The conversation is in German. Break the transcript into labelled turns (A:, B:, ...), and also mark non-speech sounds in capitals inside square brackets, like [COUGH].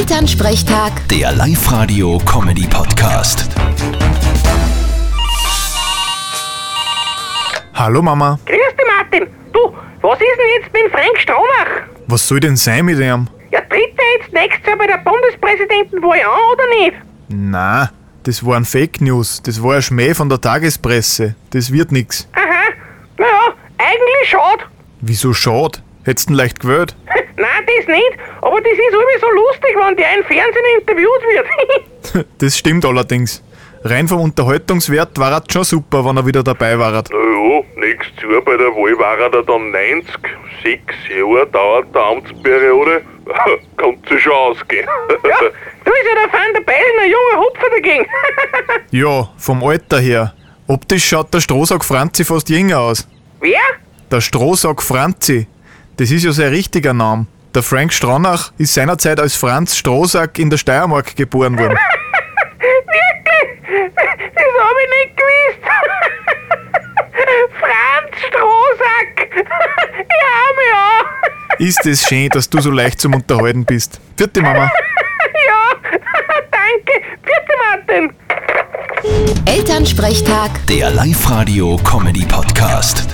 A: Elternsprechtag,
B: Der Live-Radio-Comedy-Podcast.
C: Hallo Mama,
D: Grüß dich, Martin. Du, was ist denn jetzt mit dem Frank Stromach?
C: was soll denn sein mit ihm?
D: Ja, tritt er jetzt nächstes Jahr bei der Bundespräsidentenwahl an, oder nicht?
C: Na, das waren Fake News, das war ein Schmäh von der Tagespresse, das wird nix.
D: Aha, naja, eigentlich schade. [LAUGHS]
C: Wieso schad? Hättest ihn leicht gewählt?
D: Nein, das nicht, aber das ist irgendwie so lustig, wenn der im Fernsehen interviewt wird. [LAUGHS]
C: Das stimmt allerdings. Rein vom Unterhaltungswert war er schon super, wenn er wieder dabei war.
E: Naja, nächstes Jahr bei der Wahl war er da dann 90. Sechs Jahre dauert der [LAUGHS] Amtsperiode. Kommt sich schon ausgehen.
D: ja, du ist ja der Fan der Bellen, ein junger Hupfer dagegen. [LAUGHS]
C: Ja, vom Alter her. Optisch schaut der Strohsack Franzi fast jünger aus.
D: Wer?
C: Der Strohsack Franzi, das ist ja sein richtiger Name. Der Frank Stronach ist seinerzeit als Franz Strohsack in der Steiermark geboren worden.
D: Wirklich? Das hab ich nicht gewusst. [LAUGHS] Franz Strohsack. [LAUGHS] Ja, ja.
C: Ist es schön, dass du so leicht zum Unterhalten bist. Vierte Mama.
D: [LAUGHS] Ja, danke. Vierte Martin.
A: Elternsprechtag.
B: Der Live-Radio-Comedy-Podcast.